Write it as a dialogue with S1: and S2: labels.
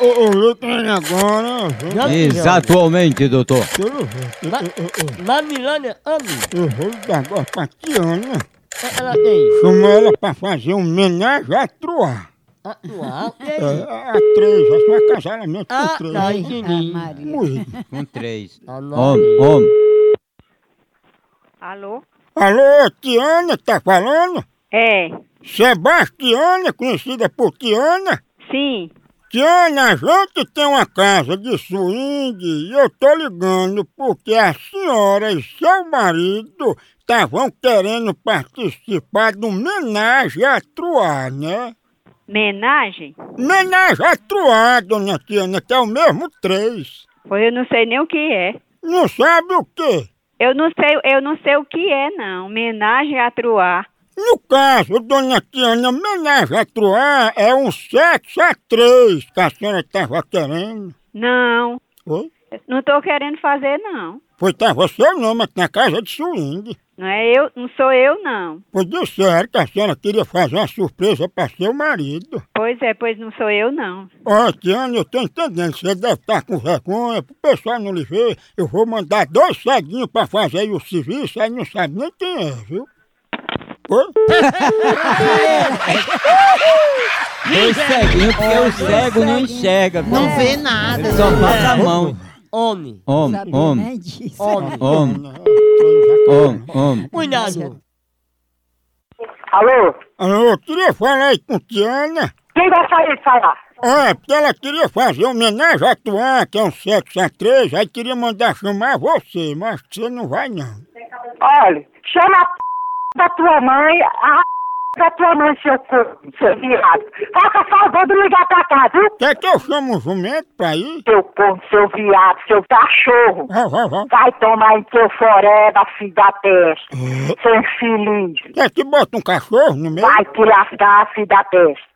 S1: o, o, eu tenho agora.
S2: Tá
S3: Na Milânia,
S4: Exatamente, doutor.
S1: Eu, eu, eu, eu,
S3: na Milânia, Ami,
S1: eu, eu vou dar agora pra Tiana.
S3: ela tem
S1: Chama ela pra fazer um homenagem à Troa.
S3: atual.
S1: É, a três, vai ser um acasalamento com
S3: Ah,
S1: três.
S3: tá, entendi.
S1: Morrido.
S4: Com três.
S3: Ah, não.
S4: Homem, homem.
S5: Alô?
S1: Alô, Tiana, tá falando?
S5: É,
S1: Sebastiana, conhecida por Tiana.
S5: sim.
S1: Tiana, a gente tem uma casa de swing e eu tô ligando porque a senhora e seu marido estavam querendo participar de uma homenagem a Troar, né?
S5: Menagem?
S1: Homenagem a Troar, dona Tiana, que é o mesmo três.
S5: Pois eu não sei nem o que é.
S1: Não sabe o quê?
S5: Eu não sei, eu não sei o que é, não. Menagem a truar.
S1: No caso, dona Tiana, homenagem a Troar é um sexo a três que a senhora estava querendo.
S5: Não,
S1: Oi?
S5: não tô querendo fazer, não.
S1: Pois tava seu nome aqui na casa de swing.
S5: Não é eu, não sou eu, não.
S1: Pois disseram que a senhora queria fazer uma surpresa para seu marido.
S5: Pois é, pois não sou eu, não.
S1: Ó, Tiana, eu tô entendendo, você deve estar com vergonha, pro pessoal não lhe ver, eu vou mandar dois ceguinhos pra fazer aí o serviço, aí não sabe nem quem é, viu? Oi?
S4: Dois ceguinhos, porque o cego não enxerga. pô.
S2: Não vê nada. né?
S4: Ele só passa a mão.
S3: É. Homem,
S4: Homem, homem,
S3: homem,
S4: homem,
S1: Não, eu tô já-
S4: homem, homem.
S3: cuidado.
S6: Alô?
S1: Alô, eu queria falar aí com Tiana.
S6: Quem vai sair de falar?
S1: Ó, porque ela queria fazer homenagem a Tuan, que é um sexo a três, aí queria mandar chamar você, mas você não vai não.
S6: Olha, chama a p... da tua mãe, a da tua mãe, seu, cu- seu viado. Faça favor de ligar pra cá, viu?
S1: Quer que eu chame um jumento pra ir?
S6: Seu corno, seu viado, seu cachorro.
S1: Vai, vai, vai.
S6: Vai tomar em teu foreba, filho da peste. Seu infeliz.
S1: Quer que bota um cachorro no meio?
S6: Vai te lascar, filho da peste.